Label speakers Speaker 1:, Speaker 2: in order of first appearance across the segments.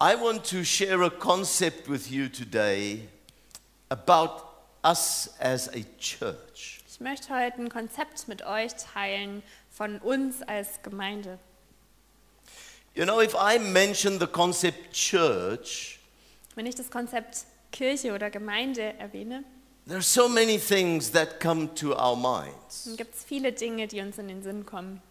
Speaker 1: I want to share a concept with you today about us as a church.
Speaker 2: Ich möchte heute ein Konzept mit euch teilen von uns als Gemeinde.
Speaker 1: You know, if I mention the concept church,
Speaker 2: Wenn ich das Konzept Kirche oder Gemeinde erwähne,
Speaker 1: there are so many things that come to our minds.
Speaker 2: dann gibt es viele Dinge, die uns in den Sinn kommen.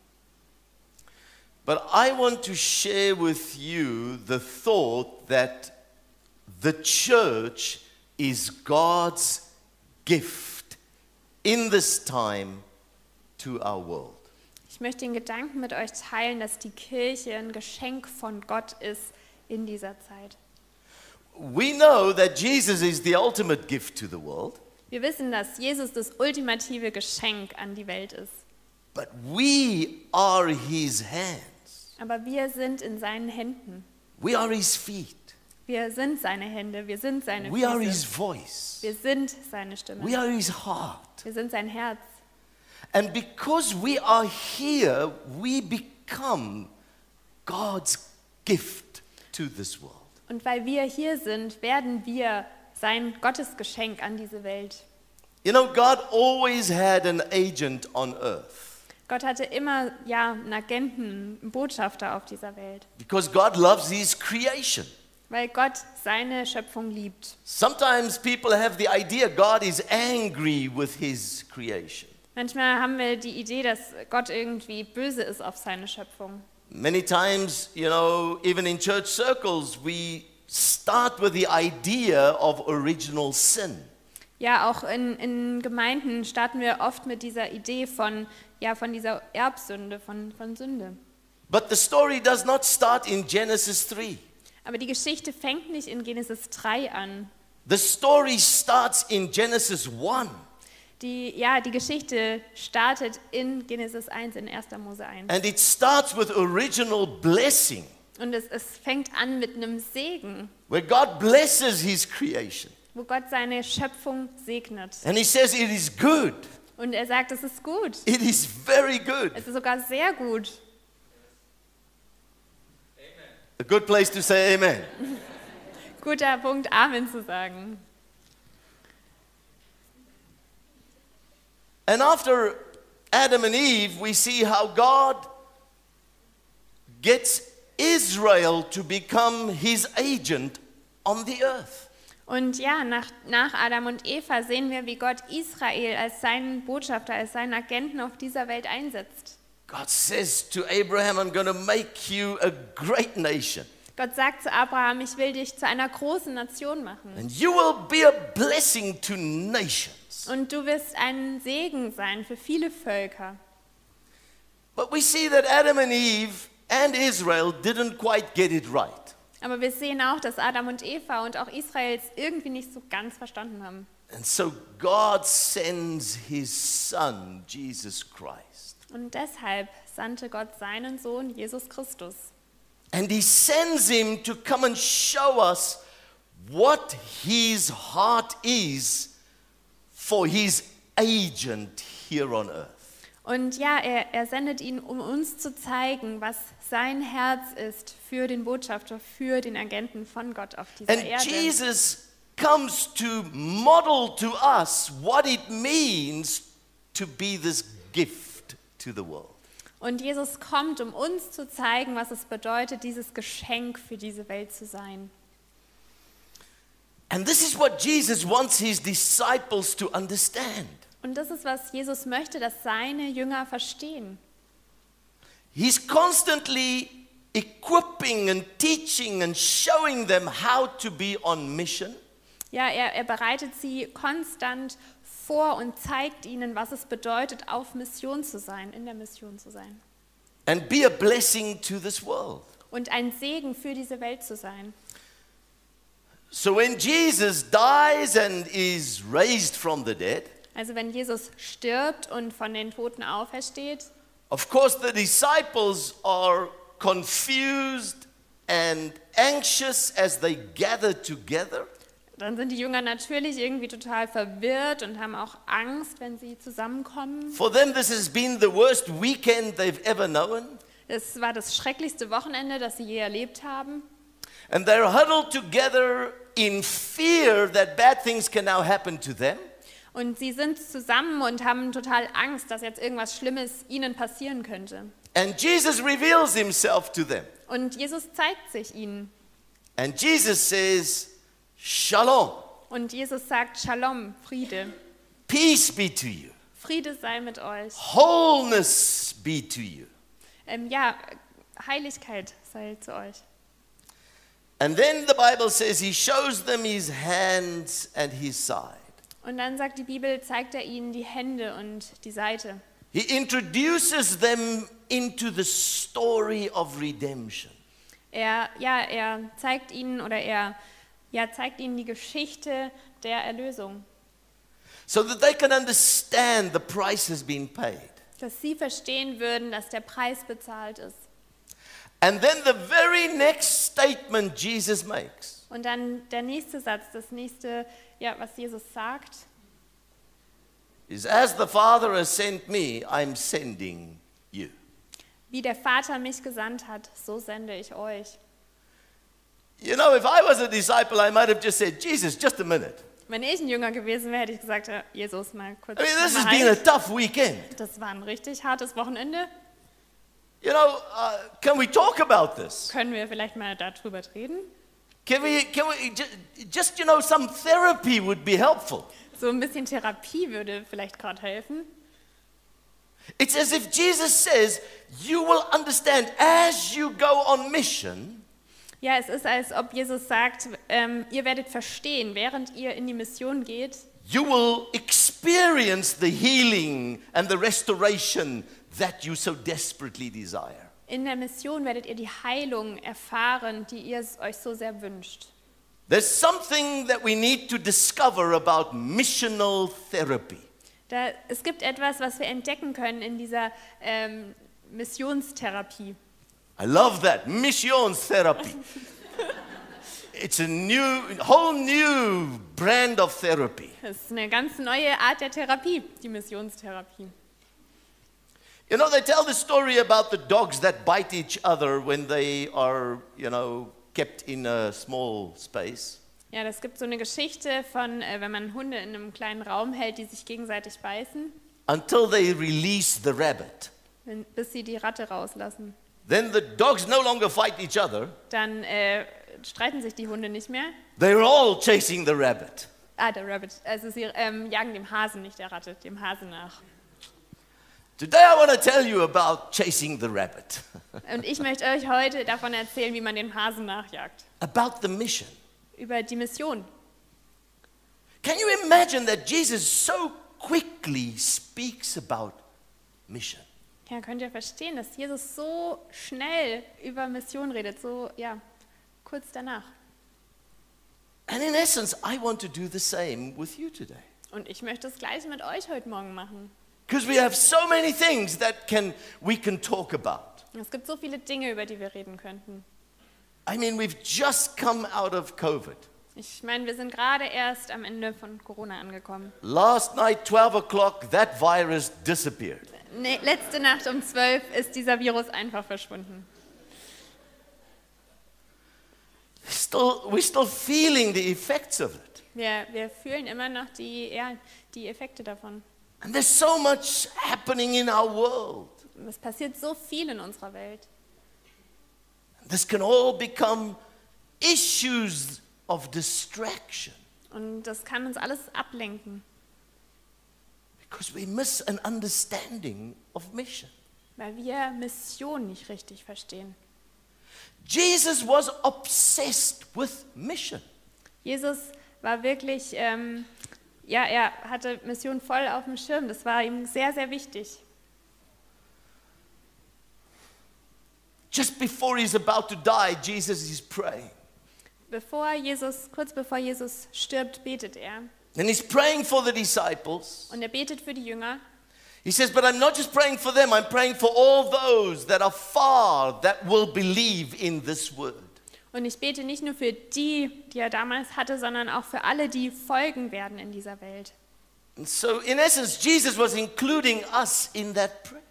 Speaker 1: But I want to share with you the thought that the church is God's gift in this time to our world.
Speaker 2: Ich möchte den Gedanken mit euch teilen, dass die Kirche ein Geschenk von Gott ist in dieser Zeit.
Speaker 1: We know that Jesus is the ultimate gift to the world,
Speaker 2: Wir wissen, dass Jesus das ultimative Geschenk an die Welt ist.
Speaker 1: but we are his hands,
Speaker 2: Aber wir sind in seinen Händen.
Speaker 1: we are his feet,
Speaker 2: Wir sind seine Hände. Wir sind seine
Speaker 1: we are his
Speaker 2: Füße.
Speaker 1: voice,
Speaker 2: Wir sind seine Stimme.
Speaker 1: we are his heart.
Speaker 2: Wir sind sein Herz.
Speaker 1: And because we are here, we become God's gift to this world.
Speaker 2: Und weil wir hier sind, werden wir sein Gottesgeschenk an diese Welt.
Speaker 1: You know, God always had an agent on earth
Speaker 2: Gott hatte immer ja einen Agenten, einen Botschafter auf dieser Welt,
Speaker 1: because God loves his creation.
Speaker 2: weil Gott seine Schöpfung liebt.
Speaker 1: Sometimes people have the idea God is angry with his creation.
Speaker 2: Manchmal haben wir die Idee, dass Gott irgendwie böse ist auf seine Schöpfung.
Speaker 1: Many times, you know, even in church circles, we start with the idea of original sin.
Speaker 2: Ja, auch in, in Gemeinden starten wir oft mit dieser Idee von, ja, von dieser Erbsünde, von, von Sünde.
Speaker 1: But the story does not start in Genesis 3.
Speaker 2: Aber die Geschichte fängt nicht in Genesis 3 an.
Speaker 1: The story starts in Genesis 1,
Speaker 2: Die, ja, die Geschichte startet in Genesis 1, in 1. Mose 1.
Speaker 1: and it starts with original blessing,
Speaker 2: Und es, es fängt an mit einem Segen,
Speaker 1: where God blesses his creation.
Speaker 2: wo Gott seine Schöpfung segnet.
Speaker 1: And he says, It is good.
Speaker 2: Und er sagt, es ist gut.
Speaker 1: It is very good.
Speaker 2: Es ist sogar sehr gut.
Speaker 1: A good place to say amen.
Speaker 2: Guter Punkt, Amen zu sagen.
Speaker 1: And after Adam and Eve, we see how God gets Israel to become his agent on the earth.
Speaker 2: Und ja, nach, nach Adam und Eva sehen wir, wie Gott Israel als seinen Botschafter, als seinen Agenten auf dieser Welt einsetzt.
Speaker 1: God says to Abraham, I'm going to make you a great nation,
Speaker 2: Gott sagt zu Abraham, ich will dich zu einer großen Nation machen.
Speaker 1: and you will be a blessing to nations.
Speaker 2: Und du wirst ein Segen sein für viele Völker.
Speaker 1: But we see that Adam and Eve and Israel didn't quite get it right.
Speaker 2: Aber wir sehen auch, dass Adam und Eva und auch Israel es irgendwie nicht so ganz verstanden haben.
Speaker 1: And so God sends his son, Jesus Christ.
Speaker 2: Und deshalb sandte Gott seinen Sohn Jesus Christus.
Speaker 1: And he sends him to come and show us what his heart is for his agent here on earth.
Speaker 2: Und ja, er, er sendet ihn, um uns zu zeigen, was sein Herz ist für den Botschafter, für den Agenten von Gott auf dieser
Speaker 1: And
Speaker 2: Erde.
Speaker 1: Jesus comes to model to us what it means to be this gift to the world.
Speaker 2: Und Jesus kommt, um uns zu zeigen, was es bedeutet, dieses Geschenk für diese Welt zu sein.
Speaker 1: And this is what Jesus wants his disciples to understand.
Speaker 2: Und das ist, was Jesus möchte, dass seine Jünger verstehen.
Speaker 1: He's constantly equipping and teaching and showing them how to be on mission,
Speaker 2: Ja, er, er bereitet sie konstant vor und zeigt ihnen, was es bedeutet, auf Mission zu sein, in der Mission zu sein
Speaker 1: and be a blessing to this world.
Speaker 2: und ein Segen für diese Welt zu sein.
Speaker 1: So when Jesus dies and is raised from the dead,
Speaker 2: Also wenn Jesus stirbt und von den Toten aufersteht,
Speaker 1: of course the disciples are confused and anxious as they gather together.
Speaker 2: dann sind die Jünger natürlich irgendwie total verwirrt und haben auch Angst, wenn sie zusammenkommen.
Speaker 1: For them, this has been the worst weekend they've ever known.
Speaker 2: Das war das schrecklichste Wochenende, das sie je erlebt haben.
Speaker 1: And they're huddled together in fear that bad things can now happen to them.
Speaker 2: Und sie sind zusammen und haben total Angst, dass jetzt irgendwas Schlimmes ihnen passieren könnte.
Speaker 1: And Jesus reveals himself to them.
Speaker 2: Und Jesus zeigt sich ihnen.
Speaker 1: And Jesus says, Shalom,
Speaker 2: Und Jesus sagt, Shalom, Friede.
Speaker 1: peace be to you,
Speaker 2: Friede sei mit euch.
Speaker 1: wholeness be to you.
Speaker 2: Ähm, ja, Heiligkeit sei zu euch.
Speaker 1: And then the Bible says he shows them his hands and his side.
Speaker 2: Und dann sagt die Bibel, zeigt er ihnen die Hände und die Seite.
Speaker 1: He introduces them into the story of redemption.
Speaker 2: Er, ja, er zeigt ihnen oder er ja, zeigt ihnen die Geschichte der Erlösung,
Speaker 1: so that they can understand the price has been paid.
Speaker 2: dass sie verstehen würden, dass der Preis bezahlt ist.
Speaker 1: And then the very next statement Jesus makes
Speaker 2: Und dann der nächste Satz, das nächste, ja, was Jesus sagt,
Speaker 1: is As the Father has sent me, I'm sending you.
Speaker 2: wie der Vater mich gesandt hat, so sende ich euch.
Speaker 1: You know, if I was a disciple, I might have just said, Jesus, just a minute.
Speaker 2: Wenn ich ein Jünger gewesen wäre, hätte ich gesagt, ja, Jesus, mal kurz.
Speaker 1: I mean, this has
Speaker 2: mal
Speaker 1: been a
Speaker 2: halt.
Speaker 1: tough weekend.
Speaker 2: Das war ein richtig hartes Wochenende.
Speaker 1: You know, uh, can we talk about this?
Speaker 2: Können wir vielleicht mal darüber reden?
Speaker 1: Can we, can we ju- just, you know, some therapy would be helpful.
Speaker 2: So ein bisschen Therapie würde vielleicht gerade helfen.
Speaker 1: It's as if Jesus says, You will understand as you go on mission.
Speaker 2: Ja, es ist, als ob Jesus sagt, ähm, ihr werdet verstehen, während ihr in die Mission geht,
Speaker 1: you will experience the healing and the restoration that you so desperately desire.
Speaker 2: in der Mission werdet ihr die Heilung erfahren, die ihr es euch so sehr wünscht.
Speaker 1: There's something that we need to discover about missional therapy.
Speaker 2: Da, es gibt etwas, was wir entdecken können in dieser ähm, Missionstherapie.
Speaker 1: I love that. Missions therapy. it's a new, whole new brand of therapy.
Speaker 2: Das ist eine ganz neue Art der Therapie, die Missionstherapie.
Speaker 1: You know, they tell the story about the dogs that bite each other when they are, you know, kept in a small space.
Speaker 2: Ja, das gibt so eine Geschichte von, äh, wenn man Hunde in einem kleinen Raum hält, die sich gegenseitig beißen,
Speaker 1: until they release the rabbit.
Speaker 2: wenn, bis sie die Ratte rauslassen.
Speaker 1: Then the dogs no longer fight each other,
Speaker 2: Dann äh, streiten sich die Hunde nicht mehr.
Speaker 1: they're all chasing the rabbit.
Speaker 2: Ah, der Rabbit. Also sie ähm, jagen dem Hasen, nicht der Ratte, dem Hasen nach.
Speaker 1: Today I want to tell you about chasing the rabbit,
Speaker 2: Und ich möchte euch heute davon erzählen, wie man dem Hasen nachjagt.
Speaker 1: about the mission.
Speaker 2: Über die Mission.
Speaker 1: Can you imagine that Jesus so quickly speaks about mission?
Speaker 2: Ja, könnt ihr verstehen, dass Jesus so schnell über Mission redet, so, ja, kurz danach.
Speaker 1: And in essence, I want to do the same with you today.
Speaker 2: Und ich möchte das gleiche mit euch heute Morgen machen.
Speaker 1: Because we have so many things that can, we can talk about.
Speaker 2: Es gibt so viele Dinge, über die wir reden könnten.
Speaker 1: I mean, we've just come out of COVID.
Speaker 2: Ich meine, wir sind gerade erst am Ende von Corona angekommen.
Speaker 1: Last night, 12 o'clock, that virus disappeared.
Speaker 2: Nee, letzte Nacht um 12 ist dieser Virus einfach verschwunden.
Speaker 1: still, we're still feeling the effects of it.
Speaker 2: Wir, wir fühlen immer noch die, ja, die Effekte davon.
Speaker 1: And there's so much happening in our world.
Speaker 2: Es passiert so viel in unserer Welt.
Speaker 1: This can all become issues of distraction
Speaker 2: Und das kann uns alles ablenken,
Speaker 1: because we miss an understanding of mission.
Speaker 2: weil wir Mission nicht richtig verstehen.
Speaker 1: Jesus was obsessed with mission.
Speaker 2: Jesus war wirklich, ähm, ja, er hatte Mission voll auf dem Schirm. Das war ihm sehr, sehr wichtig.
Speaker 1: Just before he's about to die, Jesus is praying.
Speaker 2: Bevor Jesus, kurz bevor Jesus stirbt, betet er.
Speaker 1: And he's praying for the disciples.
Speaker 2: Und er betet für die Jünger.
Speaker 1: He says, But I'm not just praying for them, I'm praying for all those that are far that will believe in this word.
Speaker 2: Und ich bete nicht nur für die, die er damals hatte, sondern auch für alle, die folgen werden in dieser Welt.
Speaker 1: And so, in essence, Jesus was including us in that prayer.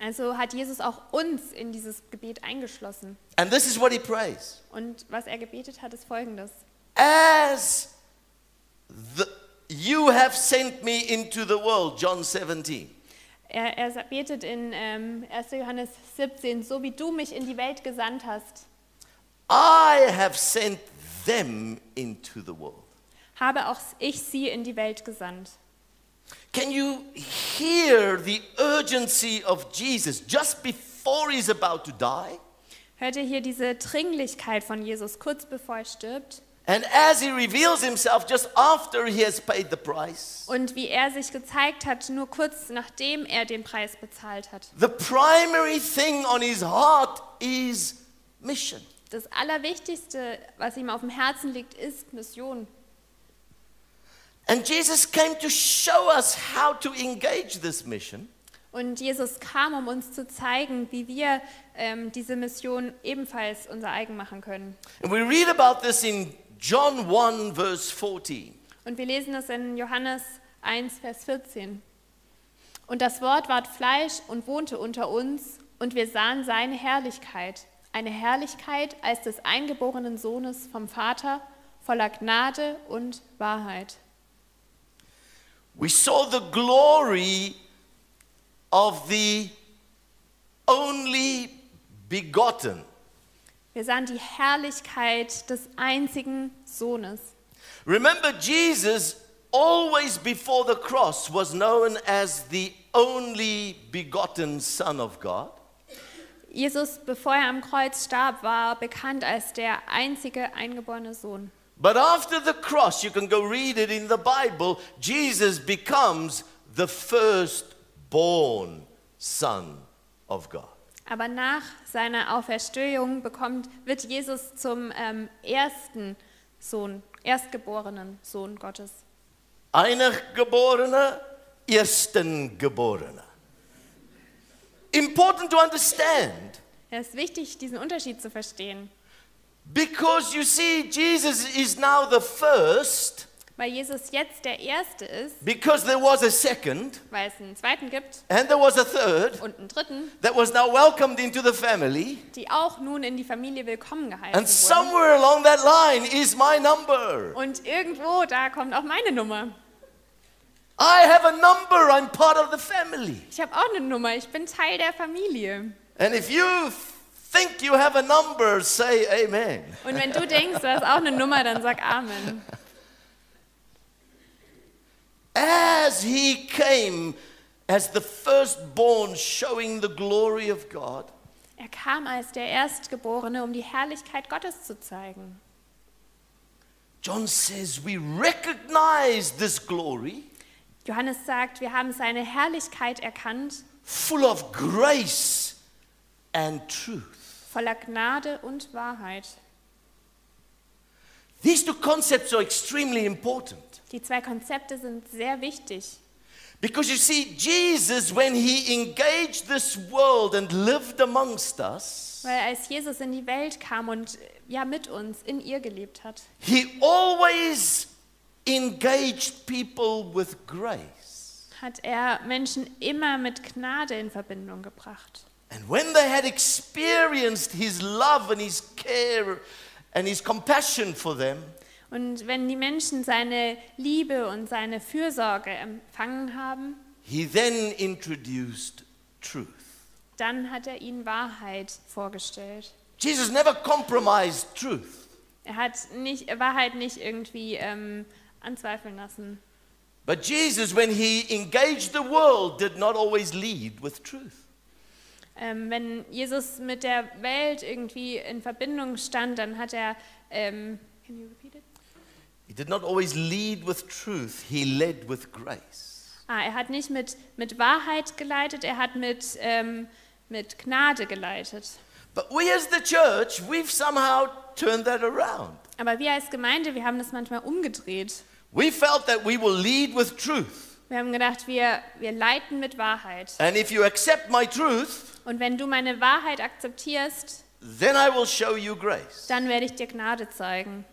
Speaker 2: Also hat Jesus auch uns in dieses Gebet eingeschlossen.
Speaker 1: And this is what he prays.
Speaker 2: Und was er gebetet hat, ist folgendes.
Speaker 1: As the, you have sent me into the world, John 17.
Speaker 2: Er, er sa- betet in ähm, 1. Johannes 17, so wie du mich in die Welt gesandt hast,
Speaker 1: I have sent them into the world.
Speaker 2: habe auch ich sie in die Welt gesandt.
Speaker 1: Can you hear the urgency of Jesus just before he's about to die?
Speaker 2: Hört ihr hier diese Dringlichkeit von Jesus kurz bevor er stirbt
Speaker 1: And as he reveals himself just after he has paid the price,
Speaker 2: und wie er sich gezeigt hat, nur kurz nachdem er den Preis bezahlt hat.
Speaker 1: the primary thing on his heart is mission.
Speaker 2: Das Allerwichtigste, was ihm auf dem Herzen liegt, ist Mission.
Speaker 1: And Jesus came to show us how to engage this mission.
Speaker 2: Und Jesus kam, um uns zu zeigen, wie wir ähm, diese Mission ebenfalls unser eigen machen können.
Speaker 1: And we read about this in John 1, verse 14.
Speaker 2: Und wir lesen das in Johannes 1, Vers 14. Und das Wort ward Fleisch und wohnte unter uns, und wir sahen seine Herrlichkeit, eine Herrlichkeit als des eingeborenen Sohnes vom Vater, voller Gnade und Wahrheit.
Speaker 1: We saw the glory of the only begotten.
Speaker 2: Wir sahen die Herrlichkeit des einzigen Sohnes.
Speaker 1: Remember, Jesus, always before the cross, was known as the only begotten Son of God.
Speaker 2: Jesus, bevor er am Kreuz starb, war bekannt als der einzige eingeborene Sohn.
Speaker 1: But after the cross, you can go read it in the Bible, Jesus becomes the firstborn Son of God.
Speaker 2: Aber nach seiner Auferstehung bekommt, wird Jesus zum ähm, ersten Sohn, erstgeborenen Sohn Gottes.
Speaker 1: Einiggeborener, Erstengeborener. Important to understand
Speaker 2: Es ist wichtig, diesen Unterschied zu verstehen,
Speaker 1: because you see, Jesus is now the first
Speaker 2: weil Jesus jetzt der Erste ist,
Speaker 1: because there was a second
Speaker 2: weil es einen Zweiten gibt
Speaker 1: and there was a third
Speaker 2: und einen Dritten,
Speaker 1: that was now welcomed into the family.
Speaker 2: die auch nun in die Familie willkommen geheißen
Speaker 1: And
Speaker 2: wurden.
Speaker 1: somewhere along that line is my number.
Speaker 2: Und irgendwo, da kommt auch meine Nummer.
Speaker 1: I have a number, I'm part of the family.
Speaker 2: Ich habe auch eine Nummer, ich bin Teil der Familie.
Speaker 1: And if you think you have a number, say amen.
Speaker 2: Und wenn du denkst, da ist auch eine Nummer, dann sag Amen.
Speaker 1: As he came as the firstborn, showing the glory of God,
Speaker 2: Er kam als der Erstgeborene, um die Herrlichkeit Gottes zu zeigen.
Speaker 1: John says we recognize this glory,
Speaker 2: Johannes sagt, wir haben seine Herrlichkeit erkannt,
Speaker 1: full of grace and truth.
Speaker 2: voller Gnade und Wahrheit.
Speaker 1: These two concepts are extremely important
Speaker 2: Die zwei Konzepte sind sehr wichtig,
Speaker 1: because you see, Jesus, when he engaged this world and lived amongst us,
Speaker 2: weil als Jesus in die Welt kam und äh, ja mit uns in ihr gelebt hat,
Speaker 1: he always engaged people with grace.
Speaker 2: hat er Menschen immer mit Gnade in Verbindung gebracht.
Speaker 1: And when they had experienced his love and his care and his compassion for them,
Speaker 2: Und wenn die Menschen seine Liebe und seine Fürsorge empfangen haben,
Speaker 1: he then introduced truth.
Speaker 2: dann hat er ihnen Wahrheit vorgestellt.
Speaker 1: Jesus never compromised truth,
Speaker 2: Er hat nicht, Wahrheit nicht irgendwie ähm, anzweifeln lassen.
Speaker 1: but Jesus, when he engaged the world, did not always lead with truth.
Speaker 2: Ähm, wenn Jesus mit der Welt irgendwie in Verbindung stand, dann hat er, ähm, can you repeat it?
Speaker 1: He did not always lead with truth, he led with grace.
Speaker 2: Ah, er hat nicht mit, mit Wahrheit geleitet, er hat mit, ähm, mit Gnade geleitet.
Speaker 1: But we as the church, we've somehow turned that around.
Speaker 2: Aber wir als Gemeinde, wir haben das manchmal umgedreht.
Speaker 1: We felt that we will lead with truth.
Speaker 2: Wir haben gedacht, wir, wir leiten mit Wahrheit.
Speaker 1: And if you accept my truth,
Speaker 2: Und wenn du meine Wahrheit akzeptierst,
Speaker 1: then I will show you grace.
Speaker 2: dann werde ich dir Gnade zeigen.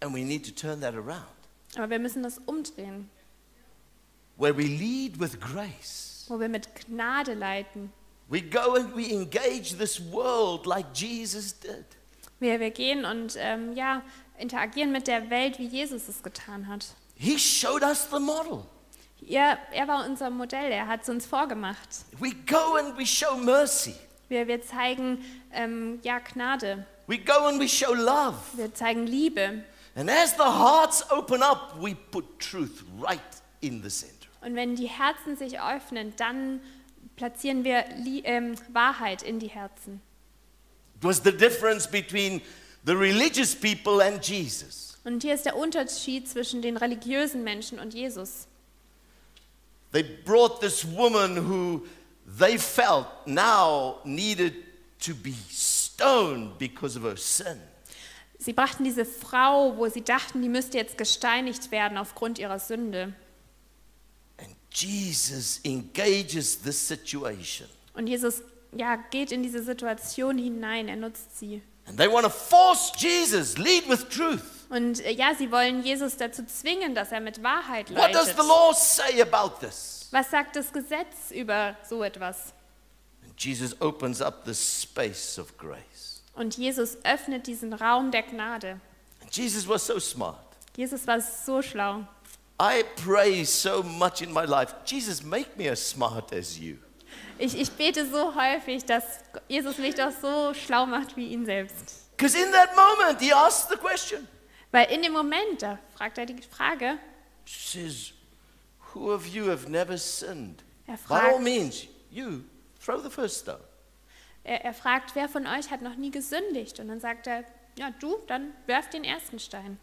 Speaker 1: And we need to turn that around.
Speaker 2: Aber wir müssen das umdrehen.
Speaker 1: Where we lead with grace,
Speaker 2: wo wir mit Gnade leiten.
Speaker 1: We go and we engage this world like Jesus did.
Speaker 2: Wir, wir gehen und ähm, ja, interagieren mit der Welt, wie Jesus es getan hat.
Speaker 1: He showed us the model.
Speaker 2: Er, er war unser Modell, er hat es uns vorgemacht.
Speaker 1: We go and we show mercy.
Speaker 2: Wir, wir zeigen ähm, ja, Gnade,
Speaker 1: We go and we show love.
Speaker 2: wir zeigen Liebe.
Speaker 1: And as the hearts open up, we put truth right in the center.
Speaker 2: Und wenn die Herzen sich öffnen, dann platzieren wir Lie- ähm, Wahrheit in die Herzen.
Speaker 1: It was the difference between the religious people and Jesus.
Speaker 2: Und hier ist der Unterschied zwischen den religiösen Menschen und Jesus.
Speaker 1: They brought this woman who they felt now needed to be stoned because of her sin.
Speaker 2: Sie brachten diese Frau, wo sie dachten, die müsste jetzt gesteinigt werden aufgrund ihrer Sünde.
Speaker 1: And Jesus engages this situation.
Speaker 2: Und Jesus ja, geht in diese Situation hinein, er nutzt sie.
Speaker 1: And they want to force Jesus, lead with truth.
Speaker 2: Und äh, ja, sie wollen Jesus dazu zwingen, dass er mit Wahrheit
Speaker 1: What does
Speaker 2: leitet.
Speaker 1: the law say about this?
Speaker 2: Was sagt das Gesetz über so etwas?
Speaker 1: And Jesus opens up this space of grace.
Speaker 2: Und Jesus öffnet diesen Raum der Gnade.
Speaker 1: And Jesus was so smart.
Speaker 2: Jesus war so schlau.
Speaker 1: I pray so much in my life. Jesus, make me as smart as you.
Speaker 2: Ich, ich bete so häufig, dass Jesus mich doch so schlau macht wie ihn selbst.
Speaker 1: Because in that moment, he asks the question.
Speaker 2: Weil in dem Moment, da fragt er die Frage,
Speaker 1: says, Who of you have never sinned?
Speaker 2: Er
Speaker 1: By all
Speaker 2: fragt-
Speaker 1: means, you throw the first stone.
Speaker 2: er, er fragt, wer von euch hat noch nie gesündigt? Und dann sagt er, ja du, dann werf den ersten Stein.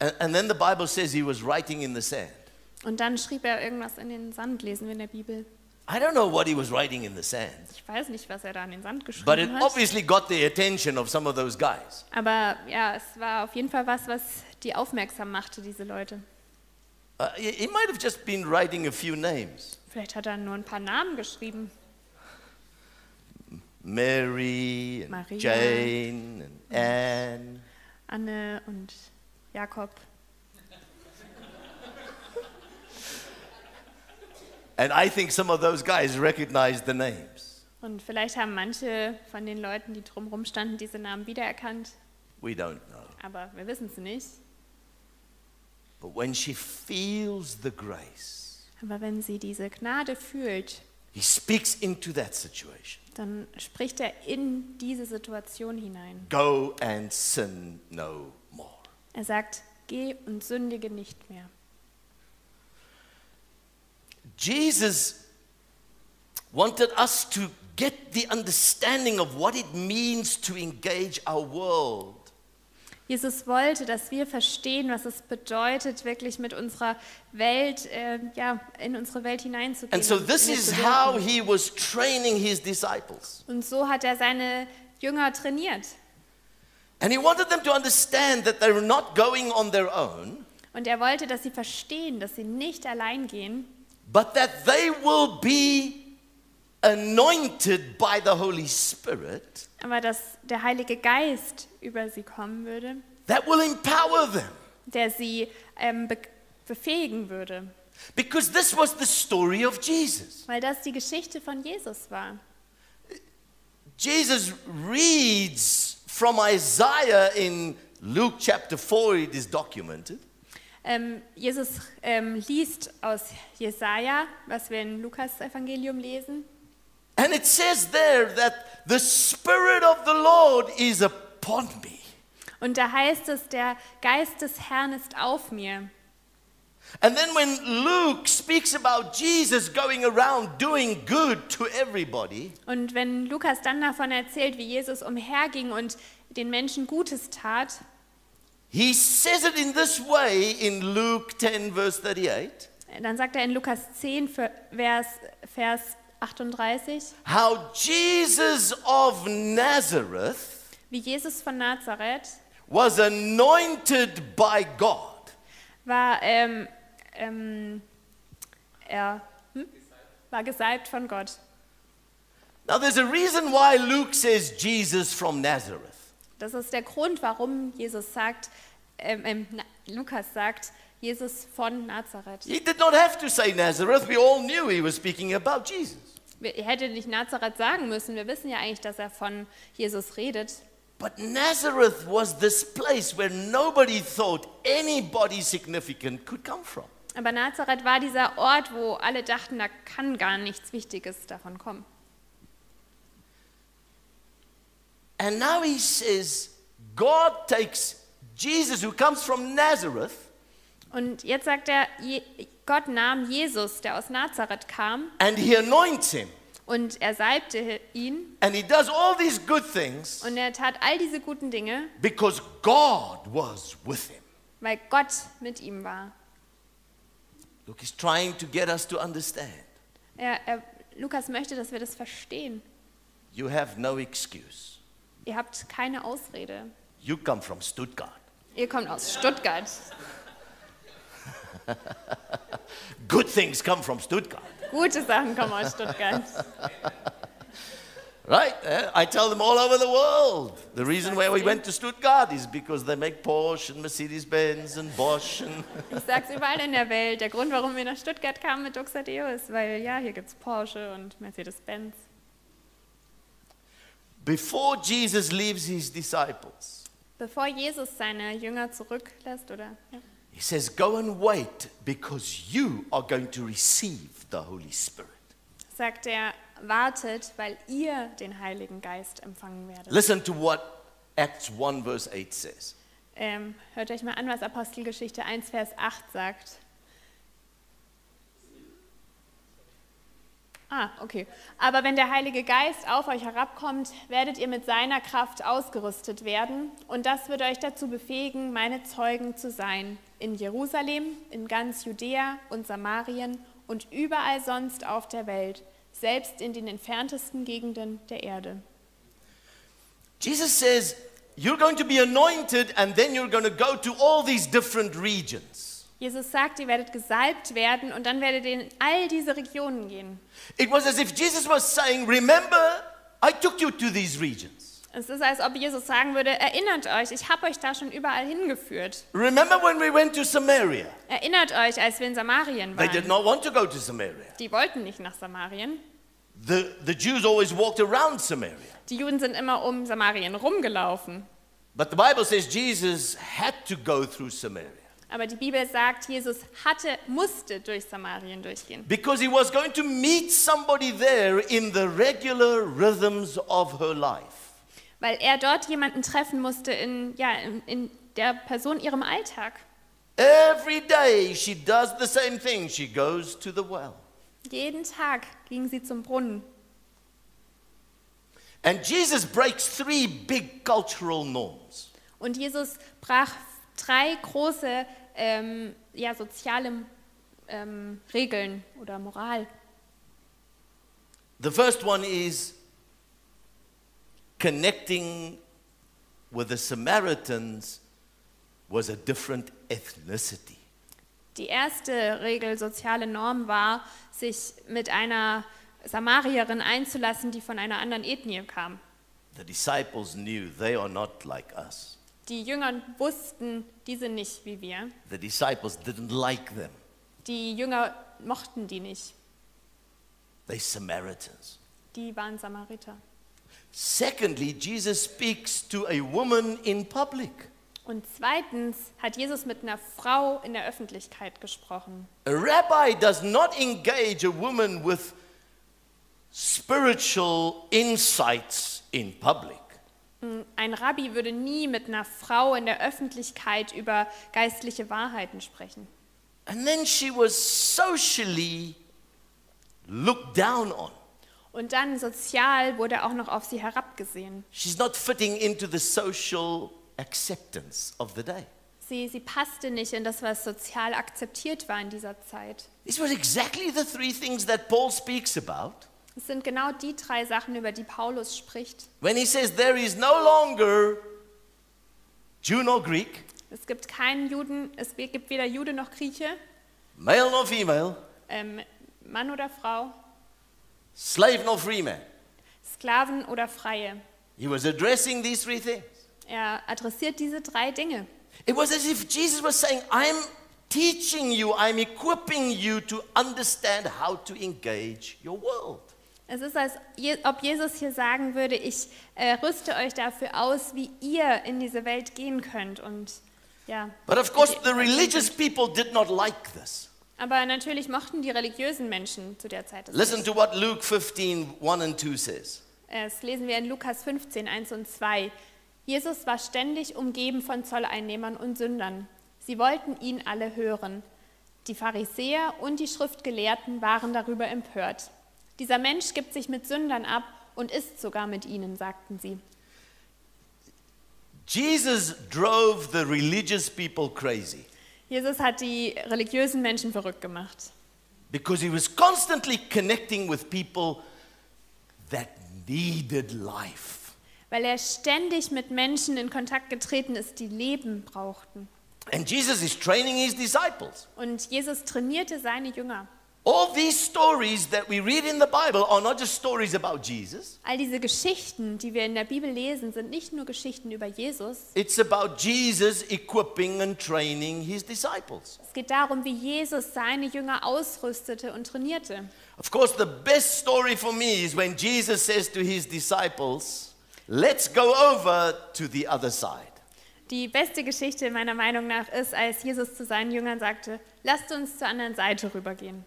Speaker 1: And, and then the Bible says he was writing in the sand.
Speaker 2: Und dann schrieb er irgendwas in den Sand, lesen wir in der Bibel.
Speaker 1: I don't know what he was writing in the sand,
Speaker 2: Ich weiß nicht, was er da in den Sand geschrieben
Speaker 1: but it
Speaker 2: hat.
Speaker 1: obviously got the attention of some of those guys.
Speaker 2: Aber ja, es war auf jeden Fall was, was die aufmerksam machte, diese Leute.
Speaker 1: Uh, he, he might have just been writing a few names
Speaker 2: Vielleicht hat er nur ein paar Namen geschrieben.
Speaker 1: Mary, and
Speaker 2: Maria.
Speaker 1: Jane, and Anne.
Speaker 2: Anne und Jakob.
Speaker 1: And I think some of those guys recognized the names.
Speaker 2: Und vielleicht haben manche von den Leuten, die drumherum standen, diese Namen wiedererkannt.
Speaker 1: We don't know.
Speaker 2: Aber wir wissen es nicht.
Speaker 1: But when she feels the grace,
Speaker 2: Aber wenn sie diese Gnade fühlt,
Speaker 1: he speaks into that situation.
Speaker 2: dann spricht er in diese Situation hinein.
Speaker 1: Go and sin no more.
Speaker 2: Er sagt, geh und sündige nicht mehr.
Speaker 1: Jesus wanted us to get the understanding of what it means to engage our world.
Speaker 2: Jesus wollte, dass wir verstehen, was es bedeutet, wirklich mit unserer Welt, äh, ja, in unsere Welt hineinzugehen.
Speaker 1: And so
Speaker 2: und
Speaker 1: this
Speaker 2: in ihr
Speaker 1: is
Speaker 2: zu
Speaker 1: how
Speaker 2: wirken.
Speaker 1: he was training his disciples.
Speaker 2: und so hat er seine Jünger trainiert.
Speaker 1: And he wanted them to understand that they were not going on their own,
Speaker 2: Und er wollte, dass sie verstehen, dass sie nicht allein gehen,
Speaker 1: but that they will be anointed by the Holy Spirit
Speaker 2: aber dass der Heilige Geist über sie kommen würde,
Speaker 1: that will empower them.
Speaker 2: der sie ähm, be befähigen würde.
Speaker 1: Because this was the story of Jesus.
Speaker 2: Weil das die Geschichte von Jesus war.
Speaker 1: Jesus reads from Isaiah in Luke chapter 4, it is documented.
Speaker 2: Ähm, Jesus ähm, liest aus Jesaja, was wir im Lukas-Evangelium lesen.
Speaker 1: And it says there that the Spirit of the Lord is upon me.
Speaker 2: Und da heißt es, der Geist des Herrn ist auf mir.
Speaker 1: And then when Luke speaks about Jesus going around doing good to everybody,
Speaker 2: Und wenn Lukas dann davon erzählt, wie Jesus umherging und den Menschen Gutes tat,
Speaker 1: he says it in this way in Luke 10, verse 38
Speaker 2: dann sagt er in Lukas 10, Ver- Vers, Vers 38,
Speaker 1: how Jesus of Nazareth
Speaker 2: wie Jesus von Nazareth
Speaker 1: was anointed by God.
Speaker 2: war, ähm, ähm, er hm? war gesalbt von Gott.
Speaker 1: Now, there's a reason why Luke says Jesus from Nazareth.
Speaker 2: Das ist der Grund, warum Jesus sagt, ähm, ähm, na, Lukas sagt, Jesus von Nazareth.
Speaker 1: He did not have to say Nazareth. We all knew he was speaking about Jesus.
Speaker 2: Wir- Er hätte nicht Nazareth sagen müssen. Wir wissen ja eigentlich, dass er von Jesus redet.
Speaker 1: But Nazareth was this place where nobody thought anybody significant could come from.
Speaker 2: Aber Nazareth war dieser Ort, wo alle dachten, da kann gar nichts Wichtiges davon kommen.
Speaker 1: And now he says, God takes Jesus, who comes from Nazareth,
Speaker 2: Und jetzt sagt er, Je- Gott nahm Jesus, der aus Nazareth kam,
Speaker 1: and he anoints him.
Speaker 2: und er salbte ihn.
Speaker 1: And he does all these good things
Speaker 2: Und er tat all diese guten Dinge,
Speaker 1: because God was with him.
Speaker 2: weil Gott mit ihm war.
Speaker 1: Look, he's trying to get us to understand.
Speaker 2: Er, er, Lukas möchte, dass wir das verstehen.
Speaker 1: You have no excuse.
Speaker 2: Ihr habt keine Ausrede.
Speaker 1: You come from Stuttgart.
Speaker 2: Ihr kommt aus Stuttgart.
Speaker 1: Good things come from Stuttgart,
Speaker 2: Gute Sachen kommen aus Stuttgart.
Speaker 1: right? Eh? I tell them all over the world. The reason why we went to Stuttgart is because they make Porsche and Mercedes Benz and Bosch and
Speaker 2: Ich sag's überall in der Welt. Der Grund, warum wir nach Stuttgart kamen mit Doxadeo ist, weil ja, hier gibt's Porsche und Mercedes-Benz.
Speaker 1: Before Jesus leaves his disciples,
Speaker 2: Bevor Jesus seine Jünger zurücklässt, oder? Ja.
Speaker 1: he says, Go and wait because you are going to receive the Holy Spirit.
Speaker 2: Sagt er, wartet, weil ihr den Heiligen Geist empfangen werdet.
Speaker 1: Listen to what Acts 1, verse 8 says.
Speaker 2: Ähm, hört euch mal an, was Apostelgeschichte 1, Vers 8 sagt. Ah, okay. Aber wenn der Heilige Geist auf euch herabkommt, werdet ihr mit seiner Kraft ausgerüstet werden. Und das wird euch dazu befähigen, meine Zeugen zu sein. In Jerusalem, in ganz Judäa und Samarien und überall sonst auf der Welt, selbst in den entferntesten Gegenden der Erde.
Speaker 1: Jesus says, You're going to be anointed, and then you're going to go to all these different regions.
Speaker 2: Jesus sagt, ihr werdet gesalbt werden und dann werdet ihr in all diese Regionen gehen.
Speaker 1: It was as if Jesus was saying, Remember, I took you to these regions.
Speaker 2: Es ist, als ob Jesus sagen würde, erinnert euch, ich habe euch da schon überall hingeführt.
Speaker 1: Remember when we went to Samaria?
Speaker 2: Erinnert euch, als wir in Samarien
Speaker 1: They did
Speaker 2: waren.
Speaker 1: not want to go to Samaria.
Speaker 2: Die wollten nicht nach Samarien.
Speaker 1: The, the Jews always walked around Samaria.
Speaker 2: Die Juden sind immer um Samarien rumgelaufen.
Speaker 1: But the Bible says Jesus had to go through Samaria
Speaker 2: Aber die Bibel sagt, Jesus hatte, musste durch Samarien durchgehen,
Speaker 1: because he was going to meet somebody there in the regular rhythms of her life.
Speaker 2: weil er dort jemanden treffen musste in, ja, in, in der Person ihrem Alltag.
Speaker 1: Every day she does the same thing. She goes to the well.
Speaker 2: Jeden Tag ging sie zum Brunnen.
Speaker 1: And Jesus breaks three big cultural norms.
Speaker 2: Und Jesus brach drei große ähm, ja, soziale ähm, Regeln oder Moral.
Speaker 1: The first one is connecting with the Samaritans was a different ethnicity.
Speaker 2: Die erste Regel, soziale Norm war, sich mit einer Samarierin einzulassen, die von einer anderen Ethnie kam.
Speaker 1: The disciples knew they are not like us.
Speaker 2: Die Jünger wussten, die sind nicht wie wir.
Speaker 1: The disciples didn't like them.
Speaker 2: Die Jünger mochten die nicht.
Speaker 1: They Samaritans.
Speaker 2: Die waren Samariter.
Speaker 1: Secondly, Jesus speaks to a woman in public,
Speaker 2: Und zweitens hat Jesus mit einer Frau in der Öffentlichkeit gesprochen.
Speaker 1: A rabbi does not engage a woman with spiritual insights in public.
Speaker 2: Ein Rabbi würde nie mit einer Frau in der Öffentlichkeit über geistliche Wahrheiten sprechen.
Speaker 1: And then she was socially looked down on.
Speaker 2: Und dann sozial wurde auch noch auf sie herabgesehen.
Speaker 1: She's not fitting into the social acceptance of the day.
Speaker 2: Sie, sie passte nicht in das, was sozial akzeptiert war in dieser Zeit.
Speaker 1: These were exactly the three things that Paul speaks about
Speaker 2: Es sind genau die drei Sachen, über die Paulus spricht.
Speaker 1: when he says there is no longer Jew nor Greek,
Speaker 2: Es gibt keinen Juden, es gibt weder Jude noch Grieche,
Speaker 1: male nor female,
Speaker 2: ähm, Mann oder Frau,
Speaker 1: slave nor free man.
Speaker 2: Sklaven oder Freie.
Speaker 1: He was addressing these three things.
Speaker 2: Er adressiert diese drei Dinge.
Speaker 1: It was as if Jesus was saying, I'm teaching you, I'm equipping you to understand how to engage your world.
Speaker 2: Es ist, als Je- ob Jesus hier sagen würde, ich äh, rüste euch dafür aus, wie ihr in diese Welt gehen könnt. Und ja.
Speaker 1: But of course, the religious people did not like this.
Speaker 2: Aber natürlich mochten die religiösen Menschen zu der Zeit das
Speaker 1: Listen
Speaker 2: nicht.
Speaker 1: to what Luke 15, 1 and 2 says.
Speaker 2: Das lesen wir in Lukas 15, 1 und 2. Jesus war ständig umgeben von Zolleinnehmern und Sündern. Sie wollten ihn alle hören. Die Pharisäer und die Schriftgelehrten waren darüber empört. Dieser Mensch gibt sich mit Sündern ab und isst sogar mit ihnen, sagten sie.
Speaker 1: Jesus drove the religious people crazy
Speaker 2: Jesus hat die religiösen Menschen verrückt gemacht,
Speaker 1: because he was constantly connecting with people that needed life.
Speaker 2: weil er ständig mit Menschen in Kontakt getreten ist, die Leben brauchten.
Speaker 1: And Jesus is training his disciples.
Speaker 2: Und Jesus trainierte seine Jünger.
Speaker 1: All these stories that we read in the Bible are not just stories about Jesus,
Speaker 2: All diese Geschichten, die wir in der Bibel lesen, sind nicht nur Geschichten über Jesus.
Speaker 1: it's about Jesus equipping and training his disciples.
Speaker 2: Es geht darum, wie Jesus seine Jünger ausrüstete und trainierte.
Speaker 1: Of course, the best story for me is when Jesus says to his disciples, Let's go over to the other side.
Speaker 2: Die beste Geschichte meiner Meinung nach ist, als Jesus zu seinen Jüngern sagte, lasst uns zur anderen Seite rübergehen.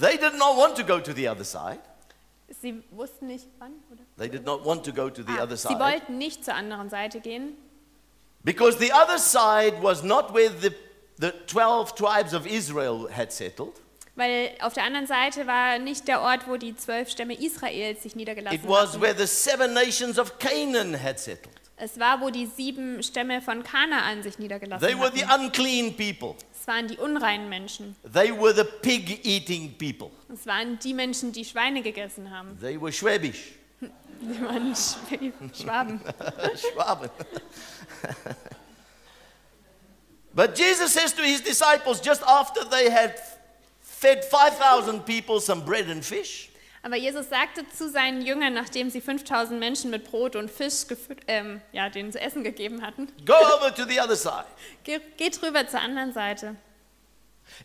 Speaker 1: They did not want to go to the other side.
Speaker 2: Sie wussten nicht wann, oder?
Speaker 1: They did not want to go to the
Speaker 2: Ah,
Speaker 1: other
Speaker 2: sie
Speaker 1: side.
Speaker 2: wollten nicht zur anderen Seite gehen,
Speaker 1: Because the other side was not where the, the 12 tribes of Israel had settled,
Speaker 2: weil auf der anderen Seite war nicht der Ort, wo die zwölf Stämme Israels sich
Speaker 1: it
Speaker 2: niedergelassen
Speaker 1: was
Speaker 2: hatten.
Speaker 1: where the seven nations of Canaan had settled.
Speaker 2: Es war, wo die sieben Stämme von Kanaan sich niedergelassen
Speaker 1: They were
Speaker 2: hatten.
Speaker 1: the unclean people,
Speaker 2: Es waren die unreinen Menschen.
Speaker 1: they were the pig eating people,
Speaker 2: Es waren die Menschen, die Schweine gegessen haben.
Speaker 1: they were Schwabish.
Speaker 2: Sie waren Schw- Schwaben.
Speaker 1: Schwaben. but Jesus says to his disciples just after they had fed 5,000 people some bread and fish,
Speaker 2: Aber Jesus sagte zu seinen Jüngern, nachdem sie 5000 Menschen mit Brot und Fisch gefü- ähm, ja, denen zu essen gegeben hatten,
Speaker 1: go over to the other side.
Speaker 2: "Ge- geht rüber zur anderen Seite.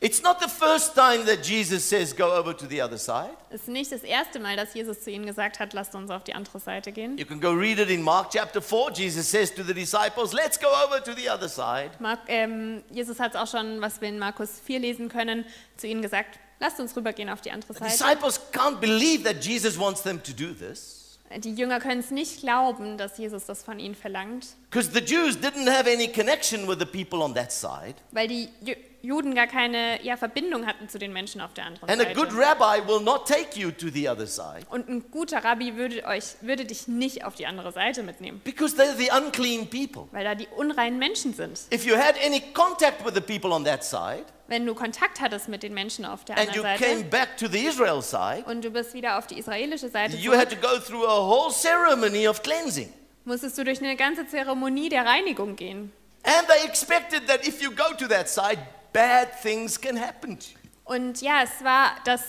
Speaker 1: It's not the first time that Jesus says, go over to the other side.
Speaker 2: Es ist nicht das erste Mal, dass Jesus zu ihnen gesagt hat, lasst uns auf die andere Seite gehen.
Speaker 1: You can go read it in Mark chapter 4. Jesus says to the disciples, let's go over to the other side.
Speaker 2: Mark, ähm, Jesus hat es auch schon, was wir in Markus 4 lesen können, zu ihnen gesagt, lasst uns rübergehen auf die andere
Speaker 1: The
Speaker 2: Seite.
Speaker 1: disciples can't believe that Jesus wants them to do this
Speaker 2: Die Jünger können es nicht glauben, dass Jesus das von ihnen verlangt.
Speaker 1: because the Jews didn't have any connection with the people on that side.
Speaker 2: weil die Ju- Juden gar keine ja, Verbindung hatten zu den Menschen auf der anderen
Speaker 1: And a good
Speaker 2: Seite.
Speaker 1: rabbi will not take you to the other side
Speaker 2: Und ein guter Rabbi würde, euch, würde dich nicht auf die andere Seite mitnehmen,
Speaker 1: because they're the unclean people.
Speaker 2: weil da die unreinen Menschen sind.
Speaker 1: If you had any contact with the people on that side
Speaker 2: Wenn du Kontakt hattest mit den Menschen auf der
Speaker 1: and you
Speaker 2: anderen
Speaker 1: came
Speaker 2: Seite
Speaker 1: back to the Israel side,
Speaker 2: und du bist wieder auf die israelische Seite,
Speaker 1: you had
Speaker 2: zurück,
Speaker 1: to go through a whole ceremony of cleansing.
Speaker 2: musstest du durch eine ganze Zeremonie der Reinigung gehen.
Speaker 1: And they expected that if you go to that side, bad things can happen to you.
Speaker 2: Und ja, es war, dass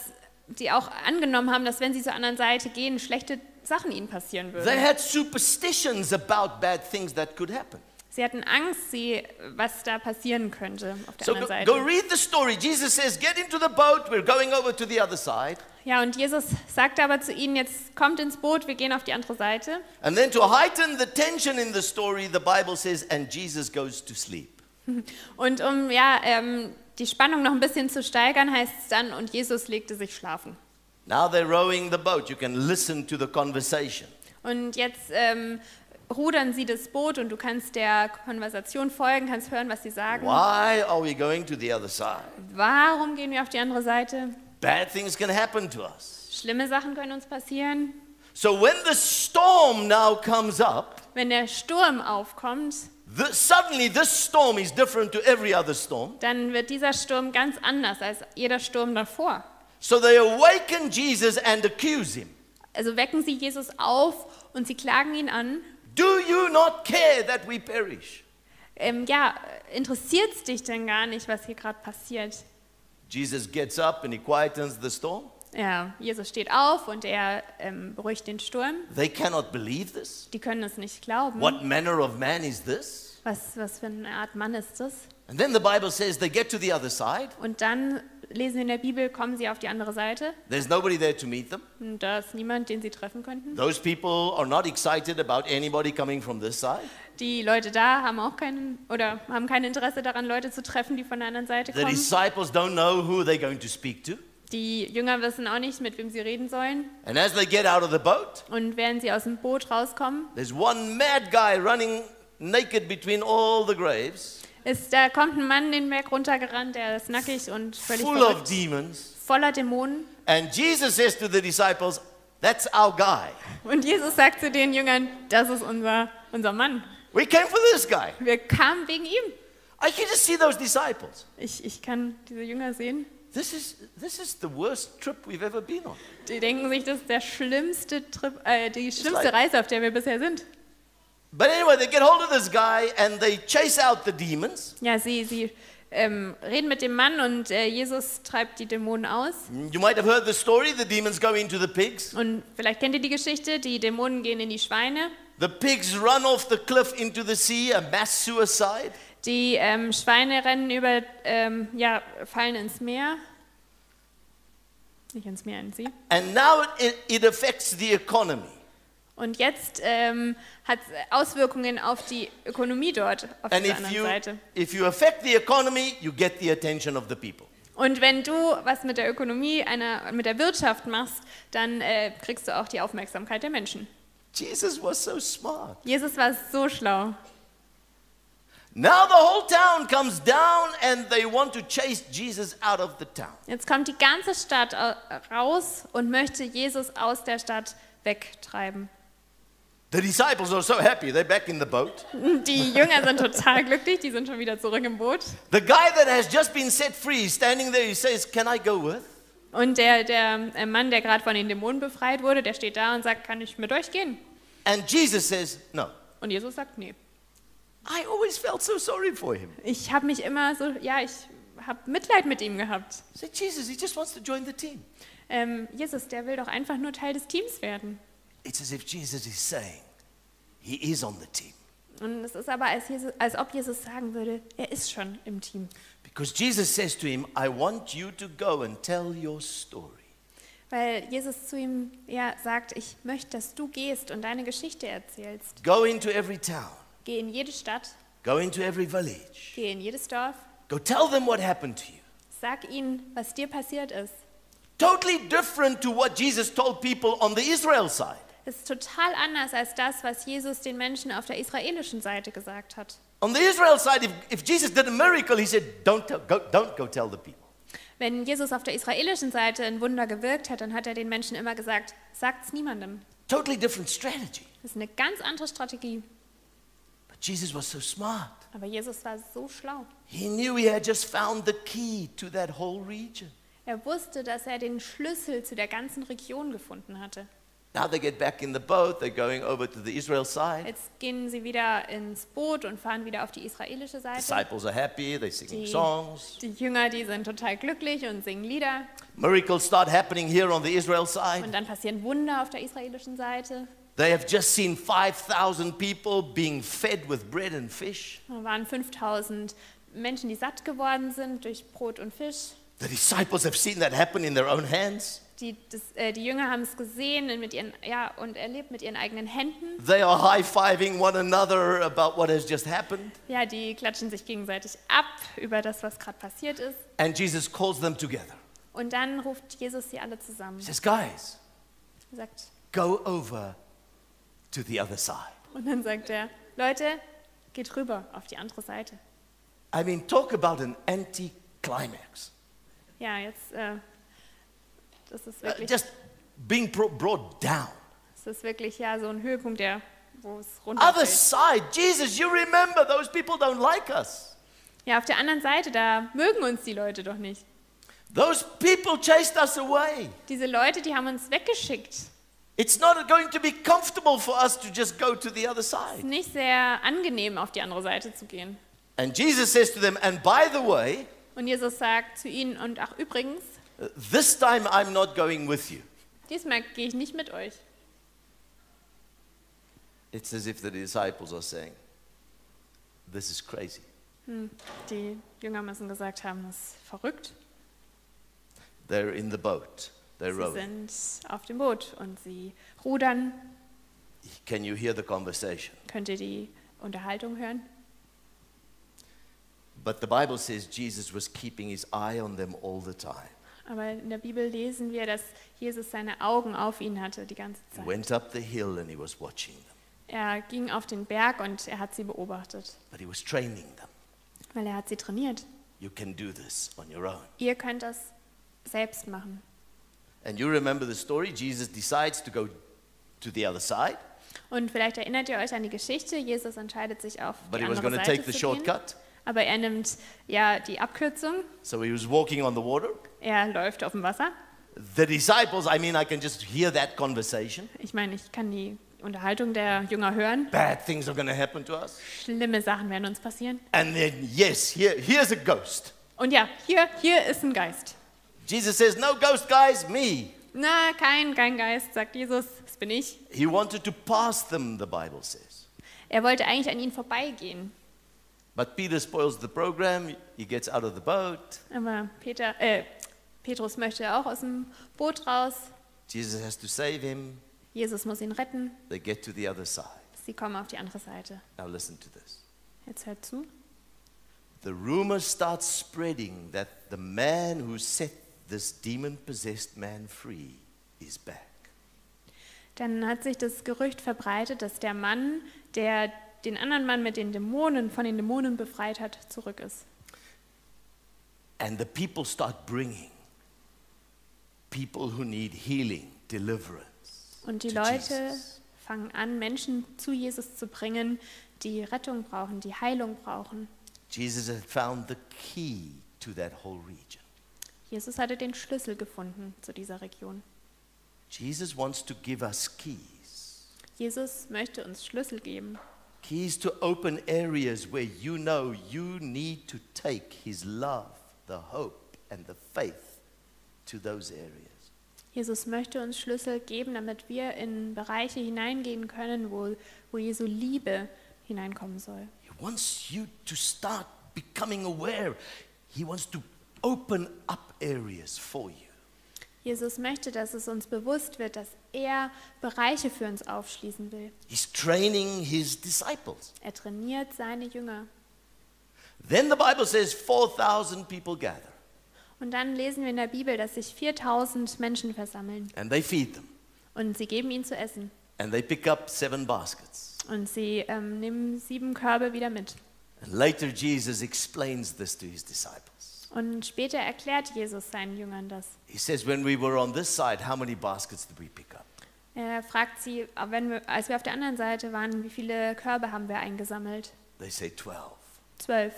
Speaker 2: die auch angenommen haben, dass wenn sie zur anderen Seite gehen, schlechte Sachen ihnen passieren würden.
Speaker 1: They had superstitions about bad things that could happen.
Speaker 2: Sie hatten Angst, sie, was da passieren könnte auf der
Speaker 1: So
Speaker 2: anderen
Speaker 1: go,
Speaker 2: Seite.
Speaker 1: go read the story. Jesus says, Get into the boat, we're going over to the other side.
Speaker 2: Ja, und Jesus sagte aber zu ihnen, jetzt kommt ins Boot, wir gehen auf die andere Seite.
Speaker 1: And then to heighten the tension in the story, the Bible says, and Jesus goes to sleep.
Speaker 2: Und um ja, ähm, die Spannung noch ein bisschen zu steigern, heißt es dann, und Jesus legte sich schlafen.
Speaker 1: Now they're rowing the boat. You can listen to the conversation.
Speaker 2: Und jetzt ähm, rudern sie das Boot und du kannst der Konversation folgen, kannst hören, was sie sagen.
Speaker 1: Why are we going to the other side?
Speaker 2: Warum gehen wir auf die andere Seite?
Speaker 1: Bad things can happen to us.
Speaker 2: Schlimme Sachen können uns passieren.
Speaker 1: So when the storm now comes up,
Speaker 2: Wenn der Sturm aufkommt,
Speaker 1: the, suddenly this storm is different to every other storm.
Speaker 2: dann wird dieser Sturm ganz anders als jeder Sturm davor.
Speaker 1: So they awaken Jesus and accuse him.
Speaker 2: Also wecken sie Jesus auf und sie klagen ihn an.
Speaker 1: Do you not care that we perish?
Speaker 2: ähm, ja, interessiert es dich denn gar nicht, was hier gerade passiert?
Speaker 1: Jesus gets up and he quietens the storm.
Speaker 2: Ja, Jesus steht auf und er ähm, beruhigt den Sturm.
Speaker 1: They cannot believe this.
Speaker 2: Die können es nicht glauben.
Speaker 1: What manner of man is this?
Speaker 2: Was, was für eine Art Mann ist das?
Speaker 1: And then the Bible says they get to the other side.
Speaker 2: Und dann lesen wir in der Bibel, kommen sie auf die andere Seite.
Speaker 1: There's nobody there to meet them.
Speaker 2: Und da ist niemand, den sie treffen könnten.
Speaker 1: Those people are not excited about anybody coming from this side.
Speaker 2: Die Leute da haben auch keinen oder haben kein Interesse daran, Leute zu treffen, die von der anderen Seite
Speaker 1: The
Speaker 2: kommen.
Speaker 1: disciples don't know who they're going to speak to.
Speaker 2: Die Jünger wissen auch nicht, mit wem sie reden sollen.
Speaker 1: And as they get out of the boat,
Speaker 2: Und während sie aus dem Boot rauskommen,
Speaker 1: there's one mad guy running naked between all the graves,
Speaker 2: ist, da kommt ein Mann den Berg runtergerannt, der ist nackig und völlig
Speaker 1: full of
Speaker 2: verrückt,
Speaker 1: demons.
Speaker 2: voller Dämonen.
Speaker 1: And Jesus says to the disciples, That's our guy.
Speaker 2: Und Jesus sagt zu den Jüngern, das ist unser, unser Mann.
Speaker 1: We came for this guy.
Speaker 2: Wir kamen wegen ihm.
Speaker 1: I can just see those disciples.
Speaker 2: Ich, ich kann diese Jünger sehen.
Speaker 1: This is, this is the worst trip we've ever been on.
Speaker 2: Die denken sich, das ist der schlimmste Trip, äh, die
Speaker 1: like-
Speaker 2: schlimmste Reise, auf der wir bisher sind.
Speaker 1: But anyway, they get hold of this guy and they chase out the demons.
Speaker 2: Ja, sie, sie ähm, reden mit dem Mann und äh, Jesus treibt die Dämonen aus.
Speaker 1: You might have heard the story the demons go into the pigs.
Speaker 2: Und vielleicht kennt ihr die Geschichte, die Dämonen gehen in die Schweine.
Speaker 1: The pigs run off the cliff into the sea, a mass suicide.
Speaker 2: Die ähm, Schweine rennen über, ähm, ja, fallen ins Meer. Nicht ins Meer, in sie.
Speaker 1: And now it, it affects the economy.
Speaker 2: Und jetzt ähm, hat es Auswirkungen auf die Ökonomie dort, auf
Speaker 1: And
Speaker 2: der
Speaker 1: if
Speaker 2: anderen
Speaker 1: you,
Speaker 2: Seite.
Speaker 1: if you affect the economy, you get the attention of the people.
Speaker 2: Und wenn du was mit der Ökonomie, einer, mit der Wirtschaft machst, dann äh, kriegst du auch die Aufmerksamkeit der Menschen.
Speaker 1: Jesus was so smart.
Speaker 2: Jesus war so schlau.
Speaker 1: Now the whole town comes down and they want to chase Jesus out of the town.
Speaker 2: Jetzt kommt die ganze Stadt au- raus und möchte Jesus aus der Stadt wegtreiben.
Speaker 1: The disciples are so happy, they're back in the boat.
Speaker 2: Die Jünger sind total glücklich, die sind schon wieder zurück im Boot.
Speaker 1: The guy that has just been set free is standing there, he says, Can I go with?
Speaker 2: Und der, der äh, Mann, der gerade von den Dämonen befreit wurde, der steht da und sagt, kann ich mit euch gehen?
Speaker 1: And Jesus says, No.
Speaker 2: Und Jesus sagt, nee.
Speaker 1: I always felt so sorry for him.
Speaker 2: Ich habe mich immer so, ja, ich habe Mitleid mit ihm gehabt.
Speaker 1: I said, Jesus, he just wants to join the team.
Speaker 2: Ähm, Jesus, der will doch einfach nur Teil des Teams werden.
Speaker 1: It's as if Jesus is saying, He is on the team.
Speaker 2: Und es ist aber, als, Jesus, als ob Jesus sagen würde, er ist schon im Team.
Speaker 1: Because Jesus says to him, I want you to go and tell your story.
Speaker 2: Weil Jesus zu ihm ja, sagt, ich möchte, dass du gehst und deine Geschichte erzählst.
Speaker 1: Go into every town,
Speaker 2: Geh in jede Stadt,
Speaker 1: go into every village,
Speaker 2: geh in jedes Dorf,
Speaker 1: go tell them what happened to you.
Speaker 2: sag ihnen, was dir passiert ist.
Speaker 1: Totally different to what Jesus told people on the Israel side.
Speaker 2: Ist total anders als das, was Jesus den Menschen auf der israelischen Seite gesagt hat.
Speaker 1: On the Israel side, if, if Jesus did a miracle, he said, don't, tell, go, don't go tell the people.
Speaker 2: Wenn Jesus auf der israelischen Seite ein Wunder gewirkt hat, dann hat er den Menschen immer gesagt, sagt's niemandem.
Speaker 1: Totally different strategy.
Speaker 2: Das ist eine ganz andere Strategie.
Speaker 1: But Jesus was so smart.
Speaker 2: Aber Jesus war so schlau.
Speaker 1: He knew he had just found the key to that whole region.
Speaker 2: Er wusste, dass er den Schlüssel zu der ganzen Region gefunden hatte.
Speaker 1: Now they get back in the boat, they're going over to the Israel side.
Speaker 2: Jetzt gehen sie wieder ins Boot und fahren wieder auf die israelische Seite.
Speaker 1: Disciples are happy, they're singing
Speaker 2: Die-
Speaker 1: songs.
Speaker 2: Die Jünger, die sind total glücklich und singen Lieder.
Speaker 1: Miracles start happening here on the Israel
Speaker 2: Und
Speaker 1: side.
Speaker 2: dann passieren Wunder auf der israelischen Seite.
Speaker 1: They have just seen 5,000 people being fed with bread and fish.
Speaker 2: Da waren 5000 Menschen, die satt geworden sind durch Brot und Fisch.
Speaker 1: The disciples have seen that happen in their own hands.
Speaker 2: Die, das, äh, die Jünger haben es gesehen und, mit ihren, ja, und erlebt mit ihren eigenen Händen.
Speaker 1: They are high fiving one another about what has just happened.
Speaker 2: Ja, die klatschen sich gegenseitig ab über das, was gerade passiert ist.
Speaker 1: And Jesus calls them together.
Speaker 2: Und dann ruft Jesus sie alle zusammen
Speaker 1: He says, Guys,
Speaker 2: und sagt,
Speaker 1: go over to the other side.
Speaker 2: Und dann sagt er, Leute, geht rüber auf die andere Seite.
Speaker 1: I mean, talk about an anticlimax.
Speaker 2: Ja, jetzt, äh, das ist
Speaker 1: Uh,
Speaker 2: wirklich,
Speaker 1: just being bro- brought down.
Speaker 2: das ist wirklich ja so ein Höhepunkt, der, wo es
Speaker 1: Other
Speaker 2: runterfällt.
Speaker 1: side, Jesus, you remember those people don't like us.
Speaker 2: Ja, auf der anderen Seite, da mögen uns die Leute doch nicht.
Speaker 1: Those people chased us away.
Speaker 2: Diese Leute, die haben uns weggeschickt.
Speaker 1: It's not going to be comfortable for us to just go to the other
Speaker 2: Ist
Speaker 1: side.
Speaker 2: nicht sehr angenehm, auf die andere Seite zu gehen.
Speaker 1: And Jesus says to them, and by the way,
Speaker 2: Und Jesus sagt zu ihnen, und ach übrigens,
Speaker 1: uh, this time I'm not going with you.
Speaker 2: diesmal gehe ich nicht mit euch.
Speaker 1: It's as if the disciples are saying, This is crazy.
Speaker 2: Die Jünger müssen gesagt haben, das ist verrückt.
Speaker 1: They're in the boat. They're
Speaker 2: Sie
Speaker 1: rowing.
Speaker 2: sind auf dem Boot und sie rudern.
Speaker 1: Can you hear the conversation?
Speaker 2: Könnt ihr die Unterhaltung hören?
Speaker 1: But the Bible says Jesus was keeping his eye on them all the time.
Speaker 2: Aber in der Bibel lesen wir, dass Jesus seine Augen auf ihn hatte die ganze
Speaker 1: He
Speaker 2: Zeit.
Speaker 1: went up the hill and he was watching them,
Speaker 2: Er ging auf den Berg und er hat sie beobachtet,
Speaker 1: but he was training them.
Speaker 2: weil er hat sie trainiert.
Speaker 1: You can do this on your own.
Speaker 2: Ihr könnt das selbst machen.
Speaker 1: And you remember the story Jesus decides to go to the other side,
Speaker 2: Und vielleicht erinnert ihr euch an die Geschichte, Jesus entscheidet sich auf
Speaker 1: but
Speaker 2: die
Speaker 1: he was
Speaker 2: andere
Speaker 1: going to
Speaker 2: Seite
Speaker 1: take the
Speaker 2: zu gehen,
Speaker 1: shortcut.
Speaker 2: aber er nimmt ja die Abkürzung,
Speaker 1: So he was walking on the water.
Speaker 2: er läuft auf dem Wasser.
Speaker 1: The disciples, I mean, I can just hear that conversation.
Speaker 2: Ich meine, ich kann die Unterhaltung der Jünger hören.
Speaker 1: Bad things are going to happen to us.
Speaker 2: Schlimme Sachen werden uns passieren.
Speaker 1: And then, yes, here, here's a ghost.
Speaker 2: Und ja, hier, hier ist ein Geist.
Speaker 1: Jesus says, No ghost, guys, me.
Speaker 2: Na, kein, kein Geist, sagt Jesus, das bin ich.
Speaker 1: He wanted to pass them, the Bible says.
Speaker 2: Er wollte eigentlich an ihnen vorbeigehen.
Speaker 1: But Peter spoils the program. He gets out of the boat.
Speaker 2: Aber Peter, äh, Petrus möchte auch aus dem Boot raus.
Speaker 1: Jesus has to save him.
Speaker 2: Jesus muss ihn retten.
Speaker 1: They get to the other side.
Speaker 2: Sie kommen auf die andere Seite.
Speaker 1: Now, listen to this.
Speaker 2: Jetzt hört zu.
Speaker 1: The rumor starts spreading that the man who set this demon possessed man free is back.
Speaker 2: Dann hat sich das Gerücht verbreitet, dass der Mann, der den anderen Mann mit den Dämonen, von den Dämonen befreit hat, zurück ist.
Speaker 1: And the people start bringing people who need healing, deliverance.
Speaker 2: Und die
Speaker 1: to
Speaker 2: Leute
Speaker 1: Jesus.
Speaker 2: fangen an, Menschen zu Jesus zu bringen, die Rettung brauchen, die Heilung brauchen.
Speaker 1: Jesus had found the key to that whole region.
Speaker 2: Jesus hatte den Schlüssel gefunden zu dieser Region.
Speaker 1: Jesus wants to give us keys.
Speaker 2: Jesus möchte uns Schlüssel geben.
Speaker 1: Keys to open areas where you know you need to take his love, the hope, and the faith to those areas.
Speaker 2: Jesus möchte uns Schlüssel geben, damit wir in Bereiche hineingehen können, wo, wo Jesu Liebe hineinkommen soll.
Speaker 1: He wants you to start becoming aware. He wants to open up areas for you.
Speaker 2: Jesus möchte, dass es uns bewusst wird, dass er Bereiche für uns aufschließen will.
Speaker 1: He's training his disciples.
Speaker 2: Er trainiert seine Jünger.
Speaker 1: Then the Bible says 4,000 people gather
Speaker 2: Und dann lesen wir in der Bibel, dass sich 4000 Menschen versammeln
Speaker 1: and they feed them
Speaker 2: und sie geben ihnen zu essen
Speaker 1: and they pick up seven baskets.
Speaker 2: und sie ähm, nehmen sieben Körbe wieder mit.
Speaker 1: And later Jesus explains this to his disciples.
Speaker 2: Und später erklärt Jesus seinen Jüngern das.
Speaker 1: He says, When we were on this side, how many baskets did we pick up?
Speaker 2: Er fragt sie, wenn wir, als wir auf der anderen Seite waren, wie viele Körbe haben wir eingesammelt?
Speaker 1: They say 12.
Speaker 2: Zwölf.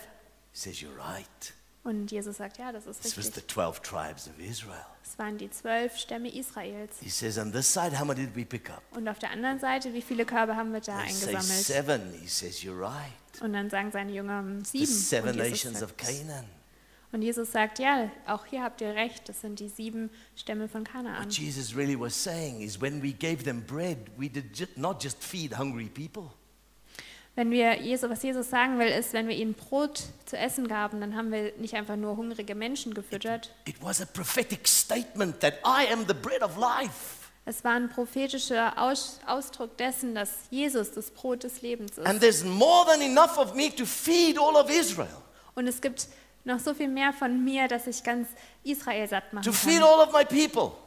Speaker 1: He says, You're right.
Speaker 2: Und Jesus sagt, ja, das ist
Speaker 1: This was the
Speaker 2: richtig.
Speaker 1: 12 tribes of Israel.
Speaker 2: Es waren die zwölf Stämme Israels.
Speaker 1: He says, On this side, how many did we pick up?
Speaker 2: Und auf der anderen Seite, wie viele Körbe haben wir da
Speaker 1: They say
Speaker 2: eingesammelt?
Speaker 1: seven. He says, You're right.
Speaker 2: Und dann sagen seine Jünger hm,
Speaker 1: The
Speaker 2: sieben.
Speaker 1: seven
Speaker 2: und,
Speaker 1: nations
Speaker 2: Jesus
Speaker 1: of
Speaker 2: sagt,
Speaker 1: Canaan.
Speaker 2: und Jesus sagt, ja, auch hier habt ihr recht, das sind die sieben Stämme von
Speaker 1: What
Speaker 2: Kanaan.
Speaker 1: Jesus really was saying is when we gave them bread, we did ju- not just feed hungry people,
Speaker 2: Wenn wir Jesus, was Jesus sagen will, ist, wenn wir ihnen Brot zu essen gaben, dann haben wir nicht einfach nur hungrige Menschen gefüttert.
Speaker 1: it was a prophetic statement that I am the bread of life.
Speaker 2: Es war ein prophetischer Aus, Ausdruck dessen, dass Jesus das Brot des Lebens ist.
Speaker 1: And there's more than enough of me to feed all of Israel,
Speaker 2: Und es gibt noch so viel mehr von mir, dass ich ganz Israel satt machen
Speaker 1: to feed
Speaker 2: kann.
Speaker 1: all of my people,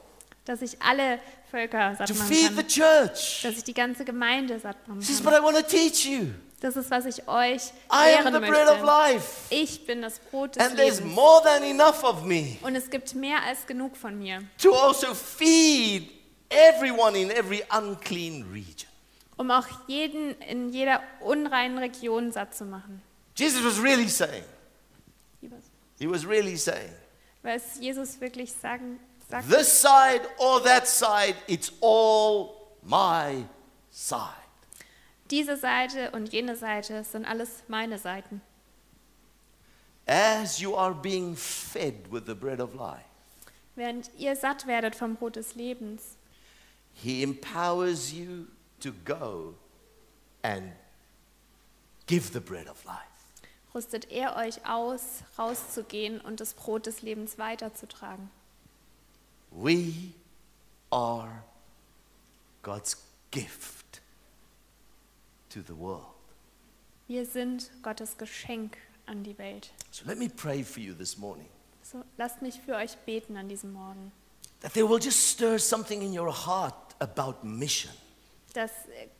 Speaker 2: Dass ich alle Völker satt
Speaker 1: to feed
Speaker 2: machen
Speaker 1: the
Speaker 2: kann.
Speaker 1: church.
Speaker 2: Dass ich die ganze Gemeinde satt machen
Speaker 1: He says,
Speaker 2: kann.
Speaker 1: But I want to teach you.
Speaker 2: Das ist, was ich euch
Speaker 1: I am
Speaker 2: lehren
Speaker 1: the bread of
Speaker 2: möchte.
Speaker 1: life.
Speaker 2: Ich bin das Brot des
Speaker 1: And there's
Speaker 2: Lebens.
Speaker 1: more than enough of me
Speaker 2: Und es gibt mehr als genug von mir,
Speaker 1: to also feed everyone in every unclean region.
Speaker 2: um auch jeden in jeder unreinen Region satt zu machen.
Speaker 1: Jesus was really saying, he was really saying,
Speaker 2: Was Jesus wirklich sagen, sagt,
Speaker 1: this side or that side, it's all my side.
Speaker 2: diese Seite und jene Seite sind alles meine Seiten.
Speaker 1: As you are being fed with the bread of life,
Speaker 2: Während ihr satt werdet vom Brot des Lebens,
Speaker 1: he empowers you to go and give the bread of life.
Speaker 2: rüstet er euch aus, rauszugehen und das Brot des Lebens weiterzutragen.
Speaker 1: We are God's gift to the world.
Speaker 2: Wir sind Gottes Geschenk an die Welt.
Speaker 1: So let me pray for you this morning
Speaker 2: So, lasst mich für euch beten an diesem Morgen,
Speaker 1: that they will just stir something in your heart about mission
Speaker 2: dass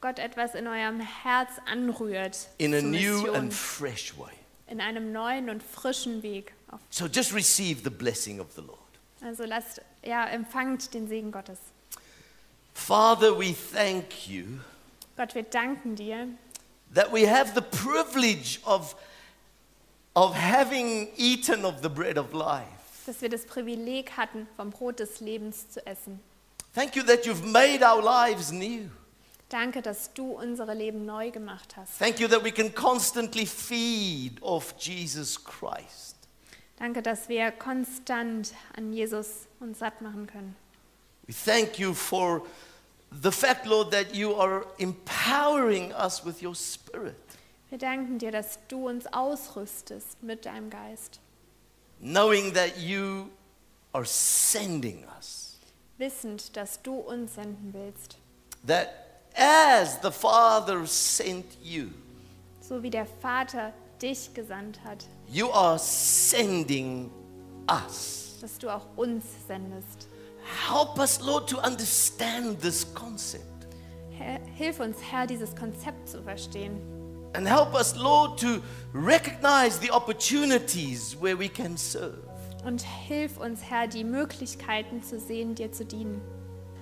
Speaker 2: Gott etwas in eurem Herz anrührt
Speaker 1: in a
Speaker 2: zur
Speaker 1: new
Speaker 2: Mission,
Speaker 1: and fresh way.
Speaker 2: in einem neuen und frischen Weg. Auf-
Speaker 1: So just receive the blessing of the Lord.
Speaker 2: Also lasst, ja, empfangt den Segen Gottes.
Speaker 1: Father, we thank you
Speaker 2: Gott, wir danken dir,
Speaker 1: that we have the privilege of, of having eaten of the bread of life.
Speaker 2: dass wir das Privileg hatten, vom Brot des Lebens zu essen.
Speaker 1: Thank you that you've made our lives new.
Speaker 2: Danke, dass du unsere Leben neu gemacht hast.
Speaker 1: Thank you that we can constantly feed off Jesus Christ.
Speaker 2: Danke, dass wir konstant an Jesus uns satt machen können.
Speaker 1: We thank you for the fact, Lord, that you are empowering us with your spirit.
Speaker 2: Wir danken dir, dass du uns ausrüstest mit deinem Geist,
Speaker 1: knowing that you are sending us.
Speaker 2: wissend, dass du uns senden willst.
Speaker 1: That as the Father sent you,
Speaker 2: So wie der Vater dich gesandt hat,
Speaker 1: you are sending us.
Speaker 2: dass du auch uns sendest.
Speaker 1: Help us, Lord, to understand this concept.
Speaker 2: Herr, hilf uns, Herr, dieses Konzept zu verstehen.
Speaker 1: And help us, Lord, to recognize the opportunities where we can serve.
Speaker 2: Und hilf uns, Herr, die Möglichkeiten zu sehen, dir zu dienen.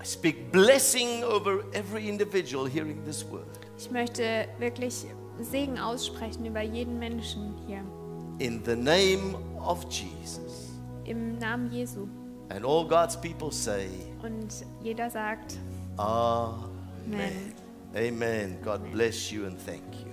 Speaker 1: I speak blessing over every individual hearing this word.
Speaker 2: Ich möchte wirklich Segen aussprechen über jeden Menschen hier.
Speaker 1: In the name of Jesus.
Speaker 2: Im Namen Jesu.
Speaker 1: And all God's people say,
Speaker 2: Und jeder sagt,
Speaker 1: Ah.
Speaker 2: Amen.
Speaker 1: Amen. God bless you and thank you.